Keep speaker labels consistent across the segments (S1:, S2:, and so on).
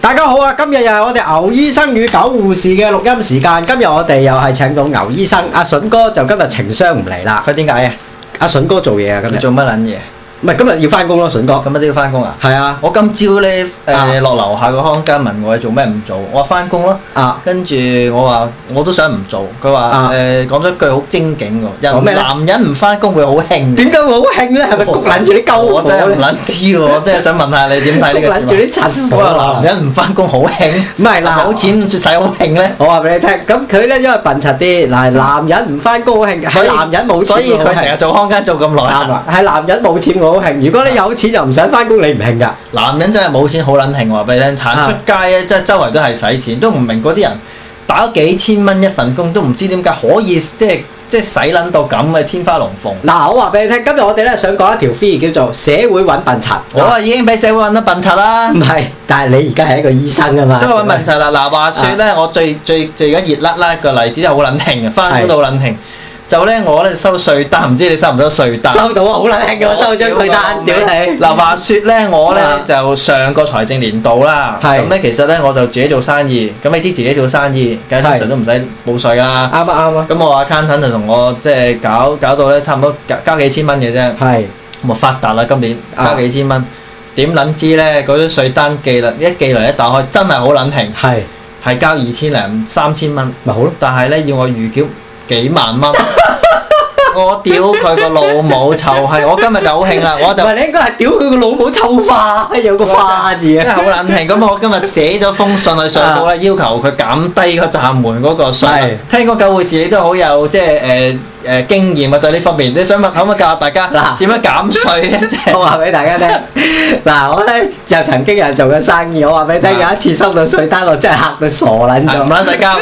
S1: 大家好啊！今日又係我哋牛醫生與狗護士嘅錄音時間。今日我哋又係請到牛醫生阿筍哥，就今日情商唔嚟啦。
S2: 佢點解啊？
S1: 阿筍哥做嘢啊，今
S2: 佢
S1: 日
S2: 做乜撚嘢？
S1: 唔係今日要翻工咯，筍哥。
S2: 咁乜都要翻工啊？
S1: 係啊，
S2: 我今朝咧
S1: 哦啊
S2: 誒落樓下個康家問我你做咩唔做，我話翻工咯。
S1: 啊
S2: 跟住我話我都想唔做，佢
S1: 啊
S2: 話誒講咗一句好精警喎，
S1: 講咩
S2: 人
S1: 咧
S2: 男人唔翻工會好興。哦
S1: 點解會好興咧？係咪谷撚住啲鳩
S2: 我
S1: 火
S2: 真係唔
S1: 咧？
S2: 撚知 喎，我真係想問下你點睇呢
S1: 谷
S2: 個
S1: 撚住啲塵
S2: 我
S1: 火
S2: 話
S1: 啊
S2: 男！人唔翻工好興，
S1: 唔係嗱
S2: 冇錢使好興咧。
S1: 我話俾你聽，咁佢咧因為笨柒啲，嗱男人唔翻工好興，
S2: 所以
S1: 係男人冇錢
S2: 所以
S1: 我好
S2: 佢
S1: 興
S2: 成日做康家做咁
S1: 啱啊
S2: 耐。
S1: 啦，係男人冇錢我好興。如果你有錢又唔使翻工，你唔興噶。
S2: 男人真係冇錢好撚興，我話俾你聽，行出街咧，真係周圍都係使錢，都唔明嗰啲人打幾千蚊一份工，都唔知點解可以即係即係使撚到咁嘅天花龍鳳。
S1: 嗱，我話俾你聽，今日我哋咧想講一條 free 叫做社會揾笨柒。
S2: 我啊已經俾社會揾得笨柒啦
S1: 唔，係，但係你而家係一個醫生啊嘛，
S2: 都揾笨柒啦。嗱，話説咧，我最最最而家熱甩甩個例子真係好撚興嘅，翻工都好撚興。就咧我咧收稅單，唔知你收唔收稅 單？
S1: 收到啊，好撚興嘅，收張稅單，屌你！
S2: 嗱，話説咧，我咧
S1: 啊
S2: 就上個財政年度啦，
S1: 係
S2: 咁咧其實咧我就自己做生意，咁你知自己做生意，梗係通常都唔使報稅啦。
S1: 啱啊啱啊，
S2: 咁我 accountant 就同我即係搞搞到咧，差唔多交交幾千蚊嘅啫，
S1: 係
S2: 咁啊發達啦今年
S1: 啊
S2: 交幾千蚊，點撚知咧嗰啲稅單寄啦，一寄嚟一打開真係好撚平，
S1: 係，
S2: 係交二千零三千蚊，
S1: 咪好咯，
S2: 但係咧要我預繳幾 萬蚊，我屌佢個老母臭閪！我今日就好興啦，我
S1: 唔
S2: 就。
S1: 係你應該係屌佢個老母臭花，有個花字
S2: 真係
S1: 啊，
S2: 好撚興，咁我今日寫咗封信去上報咧，要求佢減低個站門嗰個税
S1: 係。
S2: 聽講救護士你都好有即係誒誒經驗啊，對呢方面，你想問可唔可以教下大家
S1: 嗱
S2: 點樣減税咧？即係
S1: 我話俾大家 聽，嗱我咧就曾經有人做過生意，我話俾你聽，有
S2: 啊
S1: 一次收到稅單，我真係嚇到傻撚
S2: 唔
S1: 咗。
S2: 撚使交，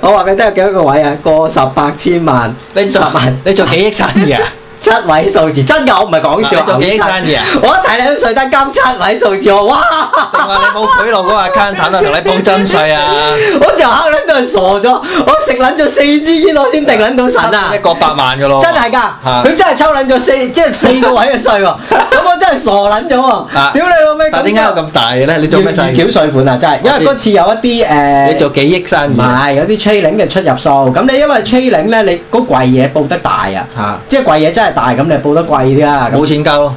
S1: 我話俾你聽，有幾多個位啊？過十八千萬，
S2: 你
S1: 十
S2: 做
S1: 萬
S2: 你做幾億生意啊？
S1: 七位數字，真㗎，我唔係講笑
S2: 你做幾億生意啊？
S1: 我一睇你啲稅單交七位數字，我哇！
S2: 定話你冇賄賂嗰個 accountant 啊，同你報真税啊？
S1: 我就黑撚到人傻咗，我食撚咗四支煙，我先定撚到神啊
S2: 一！個百萬嘅咯，
S1: 真係㗎，
S2: 啊
S1: 佢真係抽撚咗四，即係四個位 嘅税喎。咁我真係傻撚咗喎！
S2: 啊
S1: 屌你老味！
S2: 但係點解有咁大嘅咧？你做咩生
S1: 要
S2: 意
S1: 繳？税款啊？真係，因為嗰次有一啲誒，
S2: 你做幾億生
S1: 唔
S2: 意啊？
S1: 係有啲 trading 嘅出入數。咁你因為 trading 咧，你嗰貴嘢報得大啊，
S2: 嚇，
S1: 即係貴嘢真係大，咁你報得貴啲啦。咁
S2: 冇錢交咯，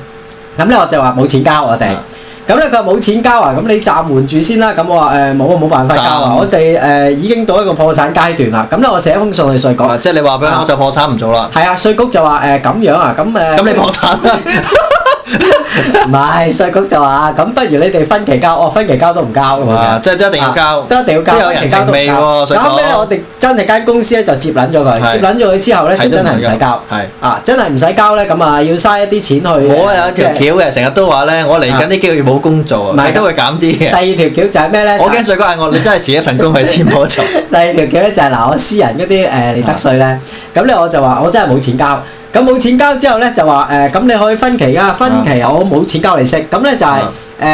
S1: 咁咧我就話冇錢交我哋
S2: 啊。
S1: 咁咧佢話冇錢交啊，咁你暫緩住先啦。咁我話誒冇啊，冇辦法交啊，
S2: 暫
S1: 我哋誒、呃已經到一個破產階段啦。咁咧我寫封信去稅局，
S2: 啊即係你話俾我
S1: 啊
S2: 我就破產唔做啦。
S1: 係啊，稅局就話誒咁樣啊，咁誒
S2: 咁你破產啦，
S1: 唔係稅局就話咁，不如你哋分期交，我分期交都唔交咁
S2: 哇！
S1: 樣。
S2: 即係都一定要交
S1: 啊，都一定要交，
S2: 都有
S1: 分期
S2: 人
S1: 交都
S2: 情
S1: 唔
S2: 味
S1: 交。
S2: 喎。
S1: 咁後尾咧，我哋真係間公司咧就接撚咗佢，
S2: 係
S1: 接撚咗佢之後咧，就真係唔使交。
S2: 係。
S1: 啊，真係唔使交咧，咁啊要嘥一啲錢去。
S2: 我有一條
S1: 即係
S2: 橋嘅，成日都話咧，我嚟緊呢幾個月冇工做
S1: 唔係
S2: 啊，你都會減啲
S1: 第
S2: 嘅。
S1: 二條橋就係咩咧？
S2: 我驚水哥嗌我，你真係辭一份工去先冇做。
S1: 第二條橋咧就係嗱，我私人嗰啲誒利得税咧，咁咧我就話我真係冇錢交，咁冇錢交之後咧就話誒，咁、你可以分期啊，分期我冇錢交利息，咁咧就係、
S2: 啊
S1: 誒、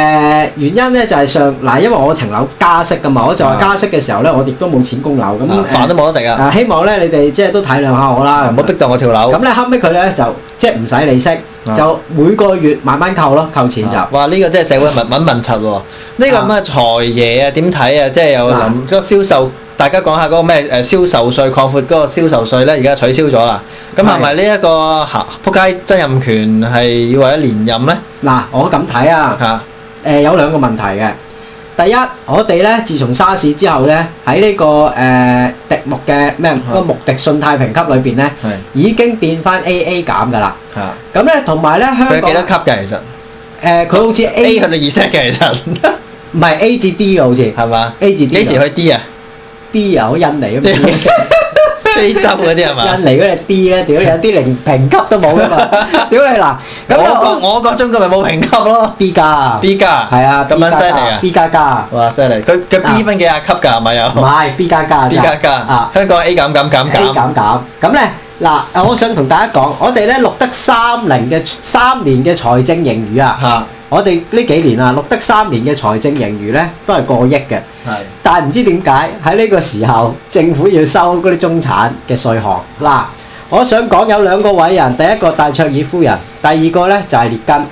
S1: 原因咧就係上嗱，因為我層樓加息噶嘛，我就話
S2: 啊
S1: 加息嘅時候咧，我亦都冇錢供樓，咁
S2: 啊飯都
S1: 誒
S2: 冇得食啊！
S1: 啊希望咧你哋即係都體諒下我啦，
S2: 唔好逼到我跳樓。
S1: 咁咧後尾佢咧就即係唔使利息，就每個月慢慢扣咯，扣錢就。
S2: 啊哇！呢個真係社會文文文柒喎。呢個咁嘅財爺啊，點睇啊？即係有
S1: 啊
S2: 諗嗰個銷售，大家講下嗰個咩誒銷售税擴闊嗰個銷售税咧，而家取消咗啦。咁係咪呢一個嚇撲街曾蔭權係要為咗連任咧？
S1: 嗱，我咁睇啊。
S2: 嚇
S1: 誒、有兩個問題嘅。第一，我哋咧自從沙士之後咧，喺呢、個誒、迪木嘅咩個穆迪信貸評級裏邊咧，
S2: 係
S1: 已經變翻 AA 減噶啦。
S2: 嚇。
S1: 咁咧同埋咧
S2: 佢
S1: 香
S2: 有幾多
S1: 港
S2: 級嘅其實
S1: 誒，佢、好似
S2: A
S1: A
S2: 去到二 set 嘅其實
S1: 唔係 A 至 D 嘅好似
S2: 係嘛？
S1: A 至 D
S2: 幾時
S1: 㗎
S2: 去 D 啊？
S1: D 啊？好印尼咁
S2: 即係
S1: 樣。
S2: 非洲嗰啲係嘛？
S1: 印尼嗰只 D 咧，屌有啲連評級都冇 噶嘛，屌你嗱，咁
S2: 我
S1: 我
S2: 國我國中國咪冇評級咯
S1: B 加啊
S2: ，B 加啊
S1: 係啊，
S2: 咁
S1: B
S2: 撚
S1: 加
S2: 犀利
S1: 加
S2: 啊！
S1: ，B 加加啊，
S2: 哇，犀利！佢佢
S1: 啊
S2: B 分幾啊級㗎係咪
S1: 唔
S2: 有
S1: 係 B 加加啊
S2: B 加加
S1: 啊。
S2: 香港 A 減減減
S1: A
S2: 減
S1: 減減，咁咧嗱，我想同大家講，我哋咧錄得三零嘅三年嘅財政盈餘啊，
S2: 嚇，
S1: 我哋呢幾年啊錄得三年嘅財政盈餘咧都係過億嘅，
S2: 係
S1: 但係唔知點解喺呢個時候政府要收嗰啲中產嘅税項嗱。à, 我想講有兩個偉人，第一個戴卓爾夫人，第二個咧就係列根。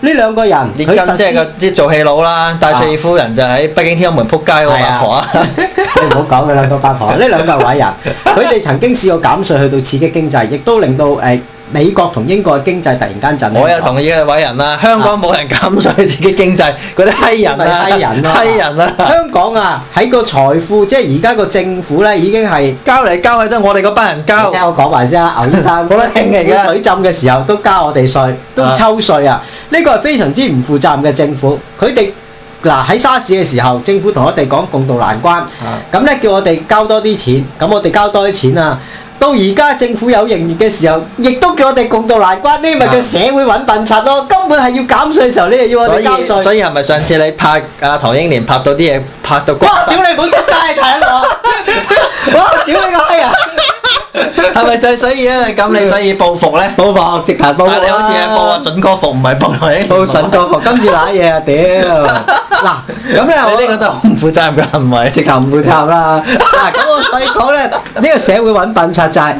S1: 呢兩個人
S2: 列
S1: 佢
S2: 根
S1: 實
S2: 即係個
S1: 施，
S2: 啲做戲佬啦，戴卓爾夫人就喺北京天安門撲街嗰個
S1: à.
S2: 阿 婆啊，
S1: 你唔好講佢兩個八婆，呢兩個係壞人。佢哋曾經試過減税去到刺激經濟，亦都令到誒美國同英國嘅經濟突然間振興咗。
S2: 我又同意嘅偉人啦，香港冇人減税自己經濟，嗰啲閪人啊，
S1: 咪閪人咯
S2: 閪人啊！
S1: 香港啊，喺個財富，即係而家個政府咧已經係。
S2: 交嚟交去都係我哋嗰班人交
S1: 你聽，我講埋先啊，牛醫生，
S2: 冇得聽嘅而家
S1: 水浸嘅時候都加我哋税，都
S2: 啊
S1: 抽税啊！呢個係非常之唔負責任嘅政府。佢哋嗱喺沙士嘅時候，政府同我哋講共度難關，
S2: 啊
S1: 咁咧叫我哋交多啲錢，咁我哋交多啲錢啊！到而家政府有盈餘嘅時候，亦都叫我哋共度難關，呢咪叫
S2: 啊
S1: 社會揾笨柒咯！根本係要減税嘅時候，你又要我
S2: 所
S1: 哋交
S2: 以
S1: 税。
S2: 所以係咪上次你拍阿唐英年拍到啲嘢拍到光
S1: 哇！
S2: 晒
S1: 屌你唔好出街睇 我，哇！屌你個閪啊！
S2: 係咪就係所以因為咁你所以報復咧？
S1: 報復直頭報
S2: 但係你好似係報
S1: 啊
S2: 阿！筍哥復，唔係報唐英年復
S1: 報筍。過學，今次揦嘢啊！屌嗱，咁咧我
S2: 你呢個都係好唔負責任嘅行為。
S1: 直頭唔會插 啦。嗱，咁我所以講咧，呢個社會揾笨柒就係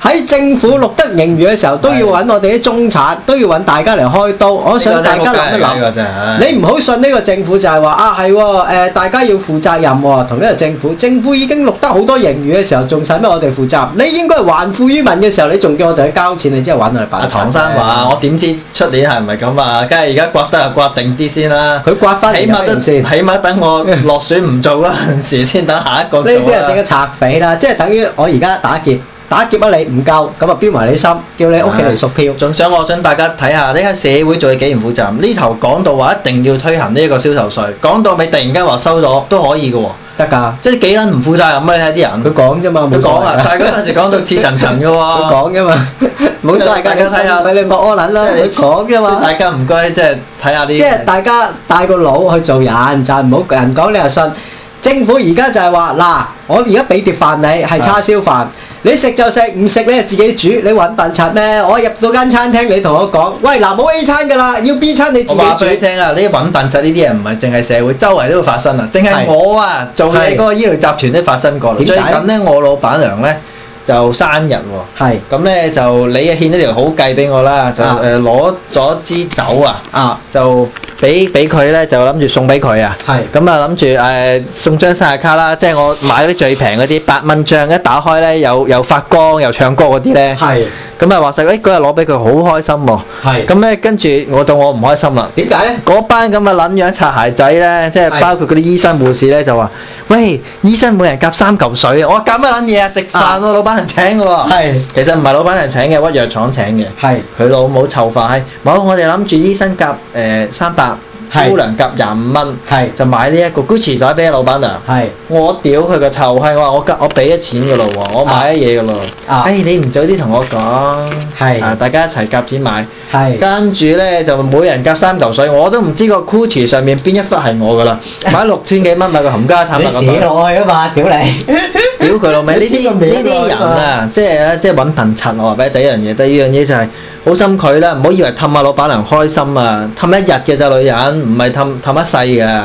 S1: 喺政府錄得盈餘嘅時候，都要揾我哋啲中產，都要揾大家嚟開刀。我想大家諗一
S2: 呢
S1: 諗。
S2: 個真係唉
S1: 你唔好信呢個政府就係話啊係喎、誒大家要負責任喎、同呢個政府，政府已經錄得好多盈餘嘅時候，仲使乜我哋負責？你應該係還富於民嘅時候，你仲叫我哋去交錢，你真係揾我哋笨柒
S2: 阿
S1: 啫
S2: 唐生話：我點知出年係咪咁啊？梗係而家刮得就刮定啲先啦。
S1: 佢刮翻嚟
S2: 起碼都
S1: 有先
S2: 起。碼等我落選唔做 嗰陣時，先等下一個
S1: 呢
S2: 做
S1: 啲係整
S2: 啦
S1: 嘅。拆匪啦，即係等於我而家打劫，打劫啊你唔夠，咁啊標埋你心，叫你屋企嚟贖票。
S2: 仲想我想大家睇下呢家社會做嘢幾唔負責任。呢頭講到話一定要推行呢一個銷售税，講到尾突然間話收咗都可以嘅喎，
S1: 得㗎，
S2: 即係幾撚唔負責任啊！你睇啲人，
S1: 佢講啫嘛，冇
S2: 佢講
S1: 所謂
S2: 啊，
S1: 啊。
S2: 但係嗰陣時講到似層層嘅
S1: 佢
S2: 喎。
S1: 講啫啊 嘛，冇所謂㗎。
S2: 大家睇下
S1: 俾你莫柯撚啦，
S2: 即係
S1: 佢講啫嘛
S2: 啊大。家唔該，即係睇下呢。
S1: 即係大家帶個腦去做人，就唔好人講你又信。政府而家就係話嗱，我而家俾碟飯你係叉燒飯，你食就食，唔食你就自己煮，你揾笨柒咩？我入到間餐廳，你同我講，喂嗱冇 A 餐㗎啦，要 B 餐你自
S2: 我
S1: 己
S2: 話
S1: 煮
S2: 俾。你聽啊，呢啲揾笨仔呢啲嘢唔係淨係社會，周圍都會發生啊！淨係
S1: 係
S2: 我啊，做嘢
S1: 係
S2: 嗰個醫療集團都發生過啦。
S1: 點
S2: 最
S1: 解
S2: 近咧，我老闆娘咧就生日喎，
S1: 係
S2: 咁咧就你啊獻咗條好計俾我啦，就
S1: 啊
S2: 誒攞咗支酒啊，
S1: 啊，
S2: 就俾俾佢咧，就諗住送俾佢啊。
S1: 係。
S2: 咁啊諗住誒送張生日卡啦，即係我買嗰啲最平嗰啲八蚊張，一打開咧有有發光又唱歌嗰啲咧，
S1: 係
S2: 咁啊話晒，誒嗰日攞俾佢好開心喎。
S1: 係
S2: 咁咧跟住我到我唔開心啦。
S1: 點解咧？
S2: 嗰班咁嘅撚樣擦鞋仔咧，即係
S1: 係
S2: 包括嗰啲醫生護士咧，就話：喂，醫生每人夾三嚿水啊！我話夾乜撚嘢啊？食飯喎，老闆娘請嘅喎。
S1: 係
S2: 其實唔係老闆娘請嘅，屈藥廠請嘅。
S1: 係
S2: 佢老母臭化閪，冇我哋諗住醫生夾誒三百，
S1: 係
S2: 姑娘夾廿五蚊，
S1: 係
S2: 就買呢一個 Gucci 袋俾老闆娘。
S1: 係
S2: 我屌佢個臭閪！我話我夾我俾咗錢嘅咯喎，我買咗嘢嘅咯。
S1: 啊
S2: 哎，你唔早啲同我講，
S1: 係
S2: 啊，大家一齊夾錢買。
S1: 係
S2: 跟住咧就每人夾三嚿水，我都唔知個 Gucci 上面邊一忽係我噶啦，買六千幾蚊買個冚家產
S1: 你
S2: 物
S1: 寫落去啊嘛，屌你！
S2: 屌佢老味！呢
S1: 你知
S2: 啲
S1: 個
S2: 呢
S1: 名
S2: 啲人啊，即係即係揾笨柒，我話俾你第一樣嘢，第二樣嘢就係、好心佢啦，唔好以為氹下老闆娘開心啊，氹一日嘅咋女人，唔係氹氹一 世㗎，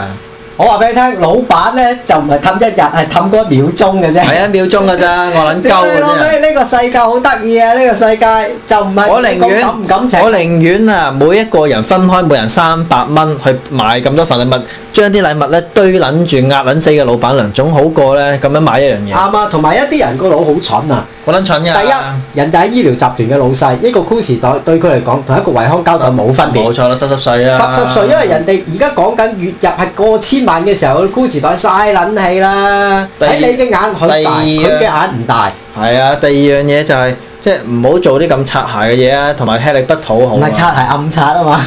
S1: 我話俾你聽，老闆咧就唔係氹一日，係氹嗰一秒鐘嘅啫。
S2: 係一秒鐘㗎咋，我撚
S1: 屌
S2: 鳩啊
S1: 你
S2: 㗎
S1: 老
S2: 啫。
S1: 味，呢個世界好得意啊！呢個世界就唔係
S2: 我寧願
S1: 感唔感情
S2: 我。寧願啊，每一個人分開每人三百蚊去買咁多份禮物，將啲禮物咧堆撚住壓撚死嘅老闆娘，總好過咧咁樣買一樣嘢。
S1: 啱啊，同埋一啲人個腦好蠢啊！
S2: 我撚蠢
S1: 第
S2: 㗎。
S1: 一，人哋喺醫療集團嘅老細，一個 Gucci 袋對佢嚟講，同一個惠康膠袋冇分別
S2: 冇。錯啦，濕濕碎啊！
S1: 濕濕碎，因為人哋而家講緊月入係過千萬嘅時候，個 Gucci 袋嘥撚氣啦。
S2: 第二
S1: 喺你嘅眼好大，
S2: 第二啊
S1: 佢嘅眼唔大，
S2: 係啊，第二樣嘢就係、即係唔好做啲咁擦鞋嘅嘢啊，同埋吃力不討好
S1: 唔
S2: 啊。
S1: 係擦係暗擦啊嘛。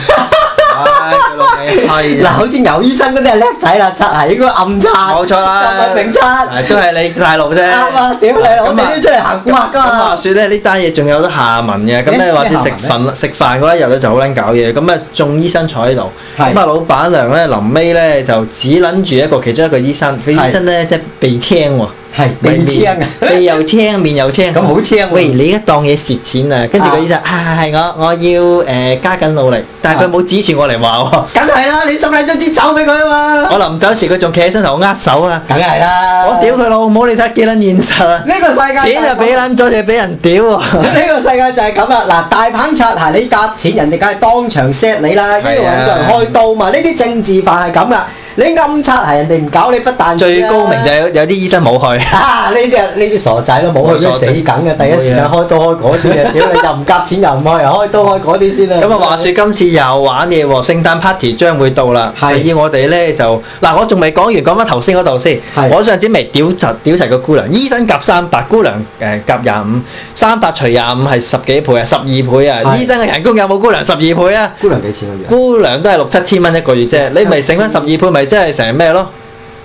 S2: 唉，佢老味 係
S1: 嗱，
S2: 啊
S1: 好似牛醫生嗰啲係叻仔啦，擦係應該暗擦，
S2: 冇錯啦
S1: 就唔係明擦。
S2: 係都係你大陸啫。
S1: 啱啊！屌你，我
S2: 咁啊
S1: 哋都出嚟行刮
S2: 咁啊話
S1: 㗎。
S2: 説咧，呢單嘢仲有得下文嘅。咁咧
S1: 咩
S2: 話説食
S1: 咩下
S2: 飯食飯嗰一日咧就好撚搞嘢。咁啊，眾醫生坐喺度。
S1: 係
S2: 咁啊，老闆娘咧臨尾咧就只撚住一個其中一個醫生。佢
S1: 係
S2: 醫生咧即係鼻青喎，
S1: 係鼻青啊！
S2: 鼻又青，面又青。
S1: 咁好青啊喎
S2: 喂，你而家當嘢蝕錢啊！跟住個醫生啊，係我呃我啊要誒加緊努力，但係佢冇指住我嚟話喎。
S1: 梗係啦，你送禮咗支酒俾佢啊嘛。
S2: 我臨走時佢仲企起身同我握手啊！
S1: 梗係啦。
S2: 我屌佢老母，你睇幾撚現實啊！
S1: 呢個世界
S2: 錢就俾撚咗，就俾人屌 喎！
S1: 呢個世界就係咁啦，嗱大棒擦鞋你夾錢，人哋梗係當場 set 你啦，因為
S2: 係啊
S1: 揾個人開刀嘛，呢啲政治犯係咁噶，你暗擦鞋人哋唔搞你不但止
S2: 最
S1: 啦
S2: 高明就係有有啲醫生冇去，
S1: 啊！呢啲啊呢啲傻仔咯，冇去都死梗嘅，第一時間開刀開嗰 啲啊，屌你又唔夾錢又唔開，又開刀開嗰啲先啊！
S2: 咁啊話説今次又玩嘢喎，聖誕 party 將會到啦。
S1: 係
S2: 以我哋咧就嗱，我仲未講完，講翻頭先嗰度先
S1: 係。
S2: 我上次未屌柒屌齊個姑娘，醫生夾三百，姑娘誒夾廿五，三百除廿五係十幾倍啊，十二倍啊！
S1: 係
S2: 醫生嘅人工有冇姑娘十二倍啊？
S1: 姑娘幾錢個月？
S2: 姑娘都係六七千蚊一個月啫，你咪醒翻十二倍，咪真係成咩咯？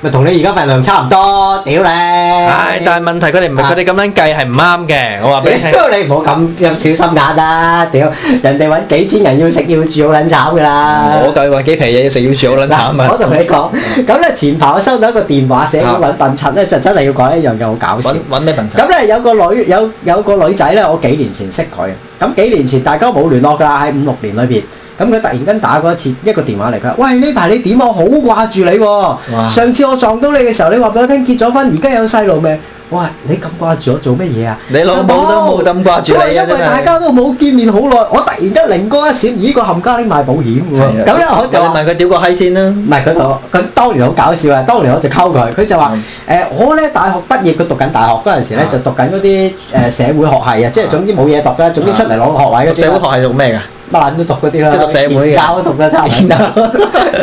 S1: 咪同你而家份量差唔多，屌你！
S2: 唉
S1: 唉，
S2: 但係問題佢哋唔係
S1: 啊
S2: 佢哋咁樣計係唔啱嘅，我話 俾你聽。
S1: 屌你唔好咁咁小心眼啦！屌人哋揾幾千人要食要住好撚慘噶啦！
S2: 我計話幾皮嘢要食要住好撚慘
S1: 嗱，我
S2: 啊！
S1: 同你 講，咁咧前排我收到一個電話，寫
S2: 啊
S1: 緊揾笨柒咧，就真係要講一樣嘢好搞笑
S2: 揾。揾咩笨柒？
S1: 咁咧有個女有有個女仔咧，我幾年前識佢，咁幾年前大家冇聯絡㗎啦，喺五六年裏邊。咁佢突然間打過一次一個電話嚟，佢話：喂，呢排你點啊？我好掛住你
S2: 哇
S1: 喎！上次我撞到你嘅時候，你話俾我聽結咗婚，而家有細路未？喂，你咁掛住我做乜嘢啊？
S2: 你老母都冇咁掛住你啊
S1: 因為
S2: 真係
S1: 大家都冇見面好耐，我突然間靈光一閃，咦個冚家拎賣保險喎！啊
S2: 啊
S1: 咁咧我就話
S2: 你問佢屌個閪先啦。
S1: 唔係佢同我，佢當年好搞笑啊！當年我就溝佢，佢就話：誒、
S2: 嗯
S1: 我咧大學畢業，佢讀緊大學嗰陣時咧
S2: 啊，
S1: 就讀緊嗰啲誒社會學系啊，即係總之冇嘢讀啦，總之出嚟攞個學位
S2: 讀
S1: 嗰啲
S2: 社
S1: 啦
S2: 會學係做咩㗎？
S1: 乜撚都讀嗰啲啦，
S2: 即係讀社會嘅
S1: 研究都讀得差唔 多。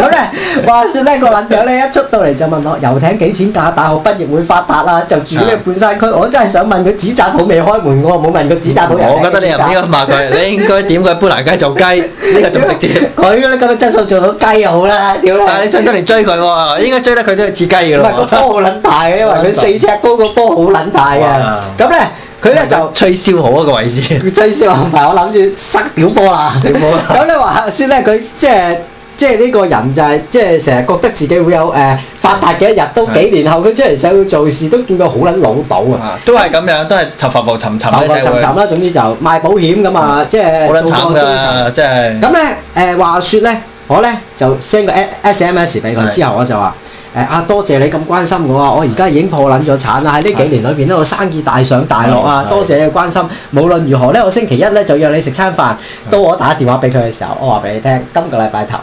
S1: 咁咧話説咧個撚樣咧一出到嚟就問我遊艇幾錢價，大學畢業會發達啦，就住呢個
S2: 啊
S1: 半山區，我真係想問佢紙紮鋪未開門，我冇問佢紙紮鋪遊艇幾錢價。
S2: 我覺得你又唔應該罵 佢，你應該點佢搬蘭雞做雞，呢個仲直接。
S1: 佢咧咁嘅質素做到雞好啦，屌你！
S2: 但係你上得嚟追佢喎，應該追得佢都係似雞㗎
S1: 唔係個
S2: 咯。
S1: 波好撚大嘅，因為佢四尺高個波好撚大嘅
S2: 哇。
S1: 咁咧，佢咧就
S2: 吹簫好一個位置。
S1: 佢追笑唔係我諗住塞屌波啦。
S2: 屌波啦
S1: 咁你話先咧，佢即係。即係呢個人就係即係成日覺得自己會有誒、呃、發達嘅一日，都幾年後佢出嚟社會做事都見佢好撚老到啊！
S2: 都係咁樣，都係浮浮浮沉沉
S1: 浮浮
S2: 嘅
S1: 沉沉
S2: 社會，好
S1: 啦，總之就賣保險咁啊，即係
S2: 撚
S1: 做
S2: 慘
S1: 過中層。
S2: 㗎，真係。
S1: 咁咧誒話説咧，我咧就 send 個 S M S 俾佢，
S2: 係
S1: 之後我就話誒啊多謝你咁關心我啊！我而家已經破撚咗產啦，喺呢幾年裏邊咧，我生意大上大落啊！
S2: 係
S1: 多謝你嘅關心，無論如何咧，我星期一咧就約你食餐飯。到我打電話俾佢嘅時候，我話俾你聽，今個禮拜頭。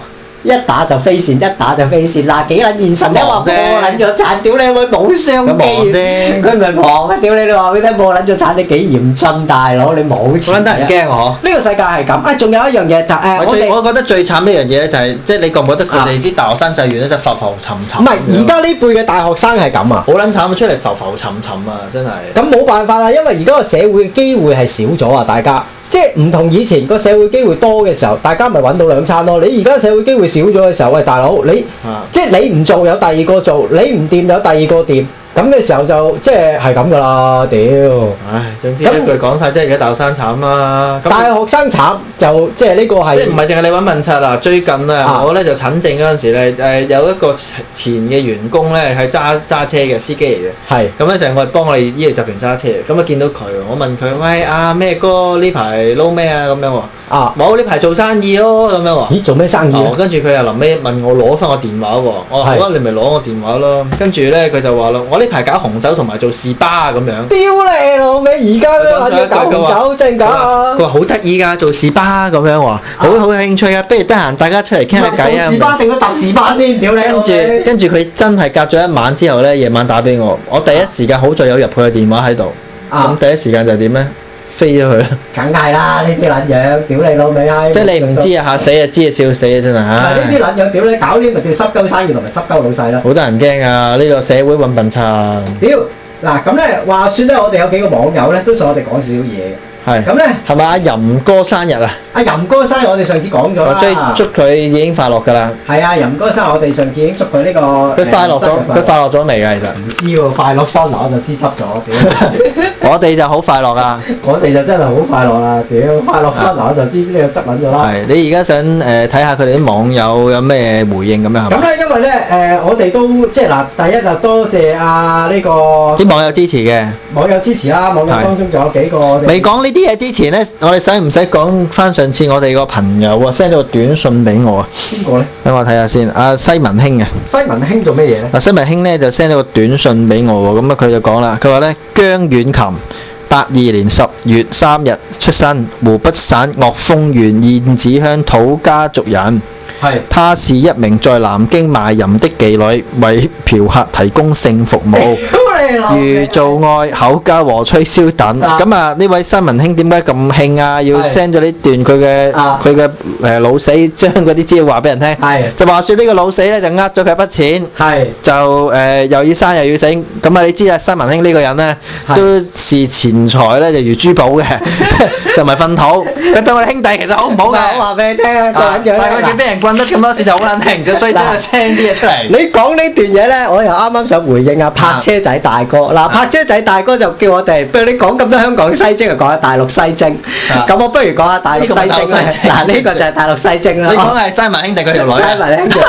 S1: 一打就飛線，一打就飛線嗱，幾撚現實咧？話
S2: 忙
S1: 破
S2: 啫
S1: 撚咗產，屌你會冇商
S2: 咁忙
S1: 機
S2: 啫
S1: 佢唔係忙啊！屌你，你話俾佢聽破撚咗產，你幾嚴峻大佬？你冇
S2: 好
S1: 錢
S2: 撚得人
S1: 啊
S2: 驚我。
S1: 呢個世界係咁啊！仲有一樣嘢，但誒
S2: 我
S1: 我
S2: 最
S1: 哋
S2: 我覺得最慘一樣嘢咧就係，即係你覺唔覺得佢哋啲大學生就係原咧就浮浮沉
S1: 啊唔
S2: 沉咁樣？
S1: 係而家呢輩嘅大學生係咁啊！
S2: 好撚慘，出嚟浮浮沉沉啊！真係。
S1: 咁冇辦法啦，因為而家個社會嘅機會係少咗啊！大家即係唔同以前個社會機會多嘅時候，大家咪揾到兩餐咯。你而家社會機會少咗嘅時候，喂大佬你
S2: 啊
S1: 即係你唔做有第二個做，你唔掂有第二個掂，咁嘅時候就即係係咁噶啦，屌！
S2: 唉，總之
S1: 咁
S2: 一句講晒，即係而家大學生慘啦。咁
S1: 大學生慘就即係呢個係
S2: 即係唔係淨係你揾問柒啊？最近啊
S1: 啊，
S2: 我咧就診症嗰陣時咧，誒有一個前嘅員工咧係揸揸車嘅司機嚟嘅。
S1: 係
S2: 咁咧就係我哋幫我哋醫療集團揸車，咁啊見到佢，我問佢：喂，阿、咩哥呢排撈咩啊？咁樣喎，
S1: 啊？
S2: 冇呢排做生意咯，咁樣喎。
S1: 咦，做咩生意
S2: 哦，
S1: 咧？
S2: 跟住佢又臨尾問我攞翻我電話喎，我話
S1: 係
S2: 好啊，你咪攞我電話咯。跟住咧佢就話咯，我呢排搞紅酒同埋做士巴咁樣。
S1: 屌你老味！而家都
S2: 佢
S1: 揾
S2: 講
S1: 住
S2: 咗一句啊佢
S1: 搞
S2: 話
S1: 紅酒真假啊
S2: 佢！話好得意㗎，做士巴咁樣喎，好好有興趣啊，不如得閒大家出嚟傾下偈啊。
S1: 士巴定咗搭士巴先，屌你！
S2: 跟住跟住佢真係隔咗一晚之後咧，夜晚打俾我，我第一時間好在有入佢嘅電話喺度，
S1: 啊
S2: 咁第一時間就點咧？飛咗佢啦！
S1: 梗係啦，呢啲撚樣，屌你老味閪！
S2: 即係你唔知啊，嚇死啊，知啊，笑死啊，真係
S1: 唔係呢啲
S2: 唉！
S1: 撚樣，屌你搞呢啲咪叫濕鳩生意同埋濕鳩老細啦！
S2: 好得人驚啊！呢個社會揾笨柒，
S1: 屌嗱咁咧，話説咧，我哋有幾個網友咧，都想我哋講少少嘢嘅。
S2: 係
S1: 咁咧，
S2: 係咪阿任哥生日啊？
S1: 阿任哥生日我哋上次講咗
S2: 我追
S1: 啦，
S2: 祝佢已經快樂㗎啦！
S1: 係啊，任哥生日我哋上次已經祝佢呢個
S2: 佢快樂
S1: 誒生日
S2: 咗，佢快樂咗未啊㗎？其實
S1: 唔知喎，快樂生日我就知執咗， 屌！
S2: 我哋就好快樂啊！
S1: 我哋就真係好快樂啦，屌！快樂生日我就知呢個執撚咗啦。
S2: 係你而家想誒睇下佢哋啲網友有咩回應咁樣係
S1: 咁
S2: 嘛？
S1: 咧，因為咧，誒、我哋都即係嗱，第一就多謝啊呢、個
S2: 啲網友支持嘅，
S1: à, 網友支持啦，網友當中仲有幾個我哋
S2: 未講呢啲嘢之前咧，我哋使唔使講翻上次我哋個朋友啊 send 咗個短信俾我啊？
S1: 邊個咧？
S2: 等我睇下先。阿西文興啊，
S1: 西文興做咩嘢咧？
S2: 阿西文興咧就 send 咗個短信俾我喎。咁啊，佢就講啦，佢話咧姜遠琴八二年十月三日出生，湖北省岳峰縣燕子鄉土家族人。
S1: 係
S2: 她是一名在南京賣淫的妓女，為嫖客提供性服務。
S1: 屌你老
S2: 如
S1: 味！
S2: 做愛、口交和吹簫等。
S1: 哦啊
S2: 咁啊，呢位新聞兄點解咁興啊？要
S1: 係
S2: send 咗呢段佢嘅
S1: 啊
S2: 佢嘅誒老死將嗰啲資料話俾人聽。
S1: 係
S2: 就話説呢個老死咧就呃咗佢一筆錢。
S1: 係
S2: 就誒、又要生又要死，咁啊你知啊，新文興呢個人咧
S1: 係
S2: 都視錢財咧就如珠寶嘅， 就唔係糞土。佢對我哋兄弟其實好唔好
S1: 好
S2: 嘅。
S1: 嘅，我話俾你聽啊，
S2: 啊
S1: 個撚樣
S2: 但係
S1: 咧
S2: 佢
S1: 嗱
S2: 見俾人棍得咁多次就好撚停，就所以將佢 send 啲嘢出嚟。
S1: 你講呢段嘢呢，我又啱啱想回應啊，泊車仔大哥。嗱，泊車仔大哥就叫我哋，不如你講咁多香港西精，就講下大陸西精。
S2: 啊
S1: 咁我不如講下大陸西精
S2: 呢個咪大陸
S1: 啦。嗱，
S2: 西精
S1: 呢個就係大陸西精啦。
S2: 你講係西文兄弟佢條女啊
S1: 西文 兄弟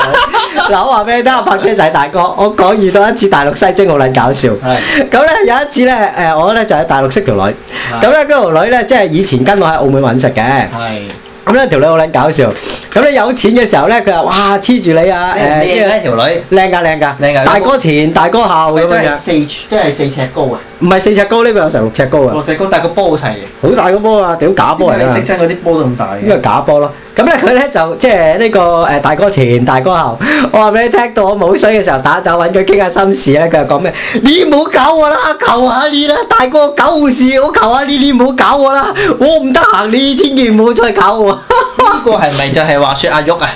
S1: 嗱，我話俾你聽啊，泊車仔大哥，我講遇到一次大陸西精好撚搞笑。
S2: 係
S1: 咁咧有一次咧，誒我咧就喺大陸識條女，咁咧嗰條女咧即係以前跟我喺澳門揾食嘅。
S2: 係。
S1: 咁咧條女好撚搞笑，咁咧有錢嘅時候咧，佢話哇黐住你啊，誒、
S2: 誒，
S1: 因為
S2: 呢條女。
S1: 靚噶靚
S2: 靚
S1: 噶，
S2: 㗎
S1: 大哥前大哥後咁
S2: 佢都
S1: 樣
S2: 係
S1: 樣，
S2: 四都係四尺高啊，
S1: 唔係四尺高呢個有成六尺高啊，
S2: 六尺高，但係個波好細嘅，
S1: 好大個波啊，屌假波嚟
S2: 因為
S1: 啦
S2: 你識，親嗰啲波都咁大
S1: 啊呢個
S2: 嘅。
S1: 假波咯。咁咧佢咧就即係呢個誒大哥前大哥後，我話俾你聽到我冇水嘅時候打打揾佢傾下心事咧，佢又講咩？你唔好搞我啦，求下你啦，大哥狗護士，我求下你，你唔好搞我啦，我唔得閒，你千祈唔好再搞我。
S2: 呢個係咪就係話説阿玉啊？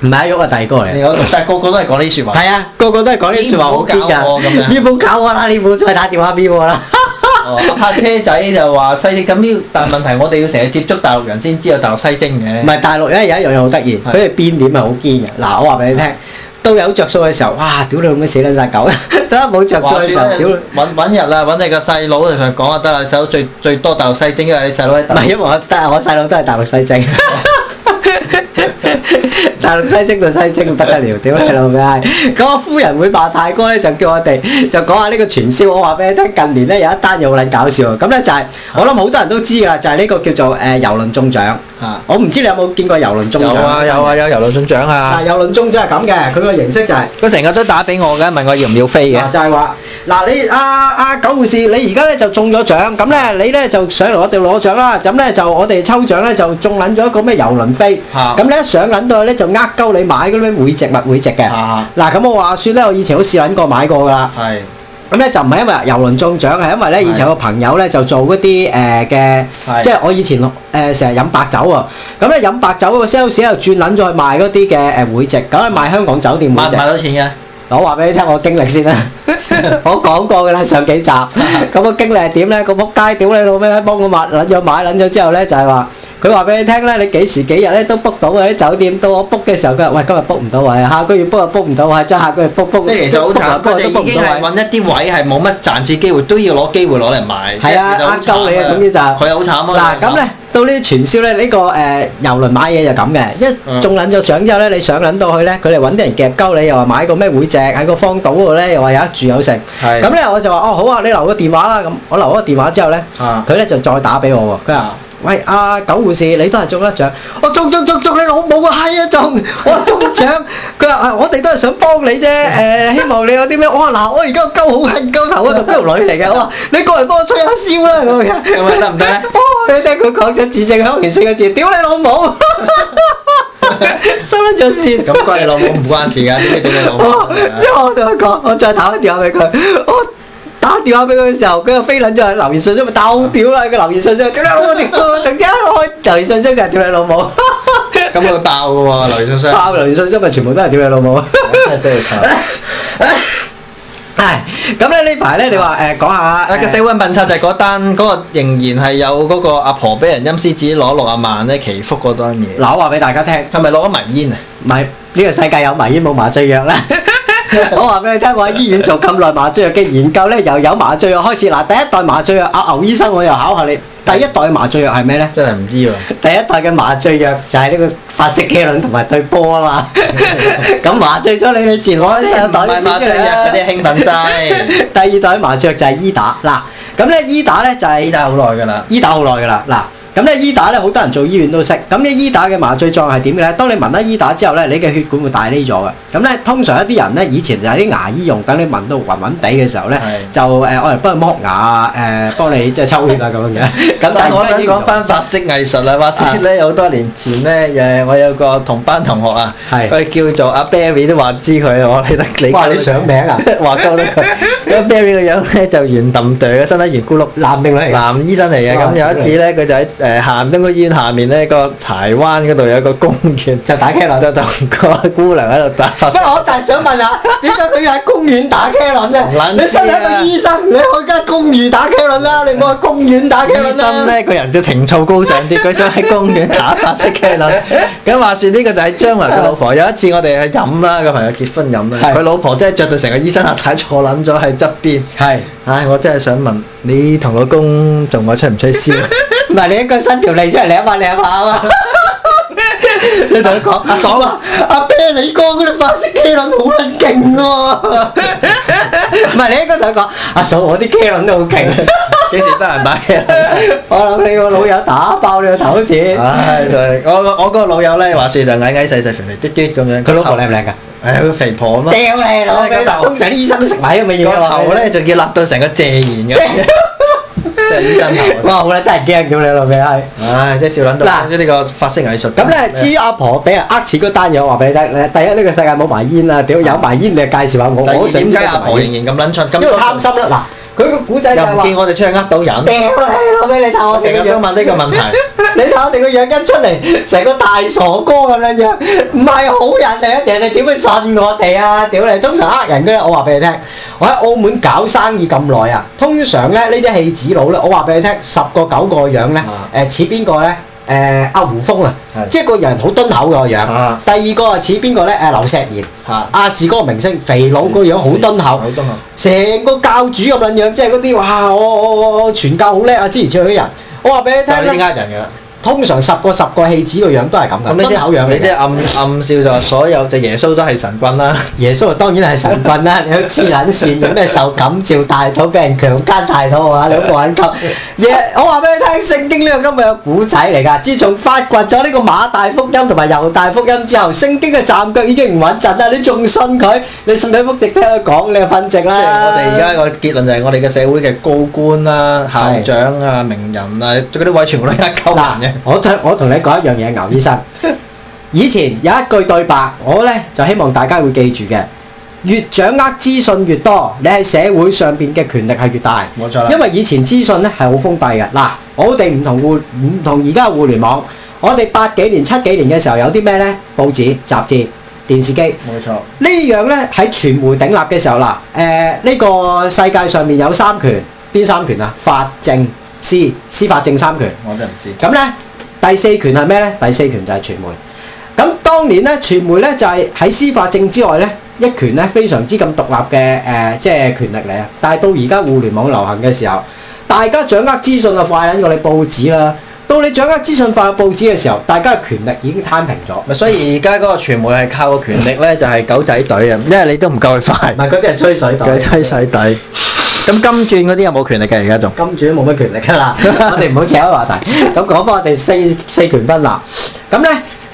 S1: 唔係阿玉啊，大哥嚟
S2: 你。講但係個個都係講呢啲説話。
S1: 係啊，個個都係講呢啲説話好啊堅
S2: 你唔好搞我咁
S1: 㗎。
S2: 樣
S1: 你唔好搞我啦，你唔好再打電話俾我啦。
S2: 哦，泊車仔就話西精咁要，但係問題我哋要成日接觸大陸人先知有大陸西精嘅。
S1: 唔係大陸咧有一樣嘢好得意，
S2: 係
S1: 佢哋邊點係好堅嘅。嗱，我話俾你聽，到有着數嘅時候，哇！屌你老味死撚晒狗， 得啦冇着數
S2: 話
S1: 嘅時候，
S2: 説
S1: 屌
S2: 咧
S1: 你！
S2: 揾揾日啊，揾你個細佬就同佢講啊，得啦，細佬最最多大陸西精，因為你細佬喺
S1: 唔
S2: 大
S1: 係因
S2: 陸。
S1: 為我得我細佬都係大陸西 精。大陸西精到西精不得了，屌你老味！咁我夫人會扮太哥咧，就叫我哋就講下呢個傳銷。我話俾你聽，近年咧有一單嘢好撚搞笑啊！咁咧就係、我諗好多人都知㗎啦，就係、呢個叫做誒遊輪中獎。
S2: 啊，
S1: 我唔知你有冇見過遊輪中獎？
S2: 有啊有啊有郵輪信獎啊
S1: 嗱，！遊輪中獎係咁嘅，佢個形式就係、
S2: 佢成日都打俾我嘅，問我要唔要飛嘅
S1: 嗱，。就係話，嗱你阿阿九護士，你而家咧就中咗獎，咁咧你咧就上嚟我哋攞獎啦，咁咧就我哋抽獎咧就中撚咗一個咩遊輪飛，
S2: 啊
S1: 咁咧上撚到去咧就呃鳩你買嗰啲咩會籍物會籍嘅。
S2: 啊，
S1: 嗱咁我話説咧，我以前好試撚過買過㗎啦，
S2: 係
S1: 咁咧就唔係因為遊輪中獎，係因為咧以前有個朋友咧就做嗰啲誒嘅。
S2: 係
S1: 即係我以前誒成日飲白酒喎，咁咧飲白酒嗰個 sales 又轉撚咗去賣嗰啲嘅誒會籍，咁係賣香港酒店會
S2: 買唔
S1: 籍
S2: 買。到錢嘅？
S1: 我話俾你聽我經歷先啦，我講過㗎啦上幾集，咁個經歷係點咧？個仆街屌你老味，幫我買撚咗買撚咗之後咧，就係話佢話俾你聽咧，你幾時幾日咧都 book 到嘅啲酒店，到我 book 嘅時候，佢話喂今日 book 唔到位，下個月 book 又 book 唔到位，再下個月 book book
S2: 即係其實好
S1: book
S2: 慘，
S1: 又 book
S2: 佢
S1: 又
S2: 哋
S1: 都 book
S2: 已
S1: 唔
S2: 經
S1: 到
S2: 係
S1: 位。
S2: 揾一啲位係冇乜賺錢機會，都要攞機會攞嚟賣。
S1: 係啊
S2: 即係其實好
S1: 呃鳩你啊
S2: 慘
S1: 總之就係
S2: 佢好慘啊！
S1: 嗱咁咧，到呢啲傳銷咧，呢、個誒、遊輪買嘢就咁嘅，一
S2: 嗯
S1: 中撚咗獎之後咧，你上撚到去咧，佢哋揾啲人夾鳩你，又話買個咩會籍喺個荒島度咧，又話有得住有食。
S2: 係
S1: 咁咧我就話哦好啊，你留個電話啦。咁我留咗個電話之後咧，
S2: 啊
S1: 佢咧就再打俾我喎。佢話
S2: 啊：
S1: 喂，阿、九護士，你都係中得獎。我中中中中你老母個閪啊中！我中獎。 佢話啊：我哋都係想幫你啫，誒、希望你有啲咩？我話嗱，我而家鳩好恨鳩頭啊，同條女嚟嘅。我話你過嚟幫我吹下簫啦咁樣。
S2: 咁啊得唔 得咧？
S1: 哦，你聽佢講咗字正腔圓四個字，屌你 老母！收得咗線。
S2: 咁關你老母唔關事㗎，點解對你老母
S1: 我之後我同佢講，我再打個電話俾佢，我打電話俾佢嘅時候，佢又飛撚咗喺留言信箱，咪鬥屌啦！佢留言信箱，屌你老母屌！突然之間開留言信箱就係屌你老母，
S2: 咁佢爆㗎喎，劉 先生，
S1: 爆留言信箱咪全部都係屌你老母。
S2: 真係真係慘。
S1: 係咁咧呢排咧，你話誒講下
S2: 啊！個
S1: 誒
S2: 社會問策就係嗰單，嗰個仍然係有嗰個阿婆俾人陰司紙攞六啊萬咧祈福嗰單嘢，
S1: 嗱，我話俾大家聽。
S2: 係咪攞咗迷煙啊？
S1: 唔係呢個世界有迷煙冇麻醉藥啦。我話俾你聽，我喺醫院做咁耐麻醉藥嘅研究咧，由有麻醉藥開始。嗱，第一代麻醉藥，阿牛醫生我又考下你，第一代麻醉藥係咩咧？
S2: 真係唔知喎。
S1: 第一代嘅麻醉藥就係呢個法式機輪同埋對波啊嘛。咁麻醉咗你，你自然攞
S2: 唔
S1: 啲手袋
S2: 係麻醉藥嗰啲興奮劑，
S1: E 第二代麻醉藥就係醫打嗱。咁咧伊打咧就係、
S2: 依家好耐㗎啦，
S1: 醫 E 打好耐㗎啦，嗱，咁咧醫打咧好多人做醫院都識，咁呢醫打嘅麻醉作用係點嘅咧？當你聞得醫打之後咧，你嘅血管會大呢咗嘅。咁咧通常一啲人咧以前就係啲牙醫用緊，你聞到暈暈地嘅時候咧，
S2: 係
S1: 就誒我嚟幫你剝牙，誒、呃幫你即係抽血啊咁樣嘅。咁
S2: 但係我
S1: 而家
S2: 想
S1: 醫唔啊到
S2: 講翻法式藝術啊啦，法式咧有好多年前咧，誒我有個同班同學啊，
S1: 係
S2: 佢叫做阿 Barry 都話知佢，我理得你。
S1: 哇你上名啊
S2: 話鳩得佢。咁 Barry 個樣咧就圓揼哚嘅，身體圓咕碌。
S1: 男定女嚟㗎？
S2: 男醫生嚟嘅，
S1: 哇
S2: 咁有一次咧，佢就喺誒鹹東區醫院下面咧個柴灣嗰度有一個公園，
S1: 就打茄輪。
S2: 就同個姑娘喺度打發
S1: 不過我就係想問 下，點解佢要喺公園打茄輪咧
S2: 唔撚？知啊
S1: 你身為一個醫生，你去間公寓打茄輪啦，你唔好去公園打茄
S2: 醫
S1: 輪
S2: 生
S1: 啦。
S2: 咧個人就情操高尚啲，佢想喺公園打發式 茄輪。咁話説呢個就係張文佢老婆。有一次我哋去飲啦，個朋友結婚飲啦，
S1: 係
S2: 佢老婆真係着到成個醫生下太坐撚咗喺側邊。
S1: 係。
S2: 唉，我真係想問你同老公仲愛出唔出燒？
S1: 唔係你一個伸條脷出嚟舐下舐下啊嘛！你同佢講阿爽啊，阿啤你哥嗰啲法式機輪好撚勁喎！唔係你應該同佢講，阿嫂我啲機輪都好勁，
S2: 幾時得閒打茄輪？
S1: 我諗你個老友打爆你個頭子。
S2: 唉，就係我個我個老友咧，話説就矮矮細細、肥肥嘟嘟咁樣。
S1: 佢老婆靚唔靚㗎？
S2: 唉，佢肥婆啊 嘛，
S1: 屌你老味！通常啲醫生都食埋咁嘅嘢
S2: 啊個
S1: 啊
S2: 頭咧仲要立到成個謝賢咁，即係醫生頭。
S1: 哇！好撚得人驚，屌你老味係。
S2: 唉，真係笑撚到。
S1: 嗱
S2: 呢個法式藝術。
S1: 咁咧，至於阿婆俾人呃錢嗰單嘢，我話俾你聽咧，第一呢個世界冇埋煙啦，屌有埋煙你就介紹下我，
S2: 第
S1: 我好
S2: 二
S1: 想
S2: 點
S1: 知道
S2: 解
S1: 有
S2: 阿
S1: 埋
S2: 婆
S1: 煙
S2: 仍然咁撚出？咁
S1: 因為貪心啦。嗱，佢個古仔就
S2: 又
S1: 係
S2: 唔
S1: 話，
S2: 見
S1: 屌
S2: 我哋出去呃到人。
S1: 你老味，你睇
S2: 我
S1: 我
S2: 成
S1: 成
S2: 日
S1: 個
S2: 都
S1: 樣，
S2: 問呢個問題。
S1: 你睇我哋個樣一出嚟，成個大傻哥咁樣樣，唔係好人嚟啊！人哋點會信我哋啊？屌你，通常呃人嘅，我話俾你聽，我喺澳門搞生意咁耐啊，通常咧呢啲戲子佬咧，我話俾你聽，十個九個樣咧
S2: 啊，
S1: 誒似邊個咧？誒阿胡峰啊
S2: 係，
S1: 即係個人好敦厚嘅個樣
S2: 啊。
S1: 第二個啊似邊個咧？誒劉石賢，
S2: 嚇，
S1: 亞視嗰個明星，肥佬個樣好敦厚。
S2: 好敦厚。
S1: 成個教主咁撚樣，即係嗰啲哇！我我我我傳教好叻啊！之前出去啲人，我話俾你
S2: 就係呢
S1: 聽
S2: 啲
S1: 咧，
S2: 呃人㗎啦。
S1: 通常十個十個戲子個樣都係咁
S2: 咁
S1: 嘅，
S2: 呢
S1: 敦口
S2: 啲
S1: 樣
S2: 你
S1: 嚟
S2: 即係
S1: 嘅。
S2: 暗暗笑就話所有就耶穌都係神棍啦。
S1: 耶穌當然係神棍啦，你好黐撚線，有咩受感召大肚俾人強姦大肚啊？你好過撚 鳩。耶，我話俾你聽，聖經呢個今日嘅古仔嚟㗎。自從發掘咗呢個馬大福音同埋猶大福音之後，聖經嘅站腳已經唔穩陣啦。你仲信佢？你信佢福直聽佢講，你就瞓直
S2: 即
S1: 啦。
S2: 係我哋而家個結論就係我哋嘅社會嘅高官啦、校長啊、名人啊，嗰啲位全部都呃鳩人嘅。
S1: 我同我同你講一樣嘢，牛醫生。以前有一句對白，我呢就希望大家會記住嘅。越掌握資訊越多，你喺社會上邊嘅權力係越大。
S2: 冇錯啦
S1: 因為以前資訊呢係好封閉嘅。嗱，我哋唔同互唔同而家嘅互聯網，我哋八幾年、七幾年嘅時候有啲咩呢？報紙、雜誌、電視機。
S2: 冇錯。
S1: 呢樣呢，喺傳媒鼎立嘅時候啦，誒、呢、個世界上面有三權，邊三權啊？法政、司、司法政三權。
S2: 我都唔知。
S1: 咁咧第四權係咩咧？第四權就係傳媒。咁當年咧，傳媒咧就係、喺司法政之外咧，一權咧非常之咁獨立嘅誒、呃即係權力嚟啊！但係到而家互聯網流行嘅時候，大家掌握資訊啊快撚過你報紙啦。到你掌握資訊快過報紙嘅時候，大家嘅權力已經攤平咗。
S2: 咪所以而家嗰個傳媒係靠個權力咧，就係狗仔隊啊，因為你都唔夠佢快
S1: 唔。係嗰啲係吹水袋
S2: 佢吹水底。咁金鑽嗰啲有冇權力嘅而家仲？
S1: 金主都冇乜權力㗎啦， 我哋唔好扯開話題。咁講翻我哋四四權分立，咁咧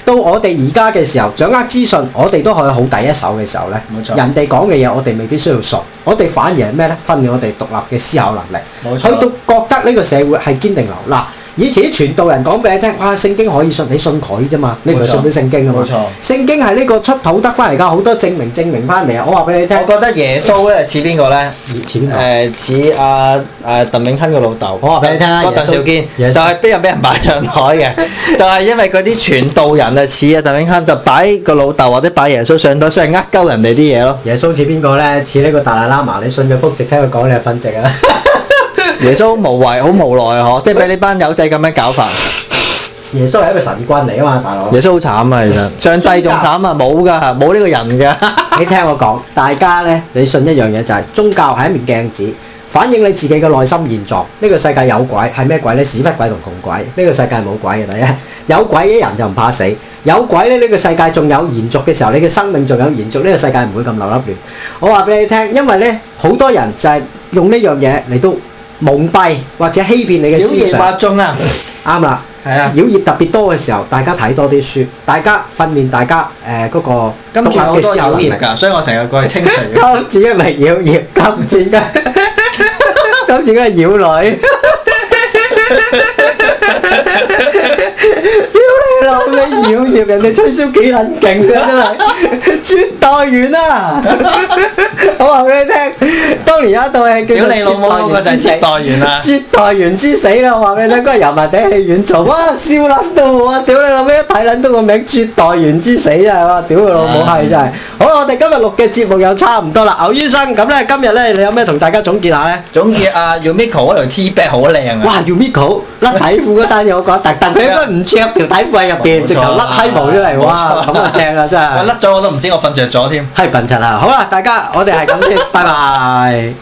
S1: 到我哋而家嘅時候，掌握資訊，我哋都可以好第一手嘅時候咧，
S2: 冇錯
S1: 人哋講嘅嘢我哋未必需要信，我哋反而係咩咧？訓練我哋獨立嘅思考能力，
S2: 冇
S1: 去
S2: 錯
S1: 到覺得呢個社會係堅定流嗱。以前啲傳道人講俾你聽，哇！聖經可以信，你信佢啫嘛，你唔係信本聖經啊嘛
S2: 冇錯。
S1: 聖經係呢個出土得翻嚟㗎，好多證明證明翻嚟啊！我話俾你聽
S2: 我，覺得耶穌咧似邊個咧？
S1: 以前啊邊個
S2: 誒似阿阿鄧永亨個老豆，
S1: 我話俾你聽啊
S2: 嗰鄧少堅
S1: 耶穌
S2: 就係俾人俾人擺上台嘅， 就係因為嗰啲傳道人啊似啊鄧永亨就擺個老豆或者擺耶穌上台，所以呃鳩人哋啲嘢 咯。
S1: 耶穌似邊個咧？似呢個達賴喇嘛，你信佢福直，聽佢講你係瞓直 啊！
S2: 耶穌無為好無奈呵，即係俾呢班友仔咁樣搞法。
S1: 耶穌係一個神棍嚟啊嘛，大佬。
S2: 耶穌好慘啊，其實上帝仲慘啊，冇㗎，冇呢個人㗎。
S1: 你聽我講，大家呢，你信一樣嘢就係、宗教係一面鏡子，反映你自己嘅內心現狀。呢、個世界有鬼係咩鬼呢？屎忽鬼同窮鬼。呢、個世界冇鬼嘅，第一有鬼嘅人就唔怕死，有鬼呢，呢、個世界仲有延續嘅時候，你嘅生命仲有延續，呢、個世界唔會咁流粒亂。我話俾你聽，因為呢，好多人就係用呢樣嘢嚟到蒙蔽或者欺騙你嘅
S2: 妖
S1: 思
S2: 言
S1: 想。
S2: 惑眾啊，
S1: 啱啦，
S2: 係啊
S1: 妖孽特別多嘅時候，大家睇多啲書，大家訓練大家誒嗰個
S2: 跟
S1: 獨
S2: 住好
S1: 立嘅
S2: 多
S1: 思考
S2: 妖
S1: 能力
S2: 言。㗎，啊所以我成日過去清除 嘅。
S1: 金主一嚟妖孽，金 主一金主一係妖女，屌你老味妖孽，人哋吹簫幾撚勁啊！真係絕代緣啊！我話俾你聽，當年有一套戲叫
S2: 屌
S1: 做
S2: 你老母嗰
S1: 絕
S2: 個就
S1: 代緣之
S2: 係
S1: 死
S2: 接待員啦。
S1: 絕代緣之死啦！我話俾你聽，嗰日油麻地戲院做，哇笑撚到我啊！屌你老味，一睇撚到個名絕代緣之死真係哇！屌佢老母係真係。好啦，我哋今日錄嘅節目又差唔多啦，牛醫生咁咧，今日咧你有咩同大家總結下咧？
S2: 總結啊，Umiko 嗰條 T back 好靚啊！
S1: 哇！Umiko 甩底褲嗰單嘢，我覺得特登，佢應該唔著條底褲喺入邊，直頭甩閪毛出嚟，哇！咁啊正啊真
S2: 我
S1: 係，
S2: 甩咗我都唔知我瞓着咗添。
S1: 係笨柒啊！好啦，大家我哋係咁先，拜拜。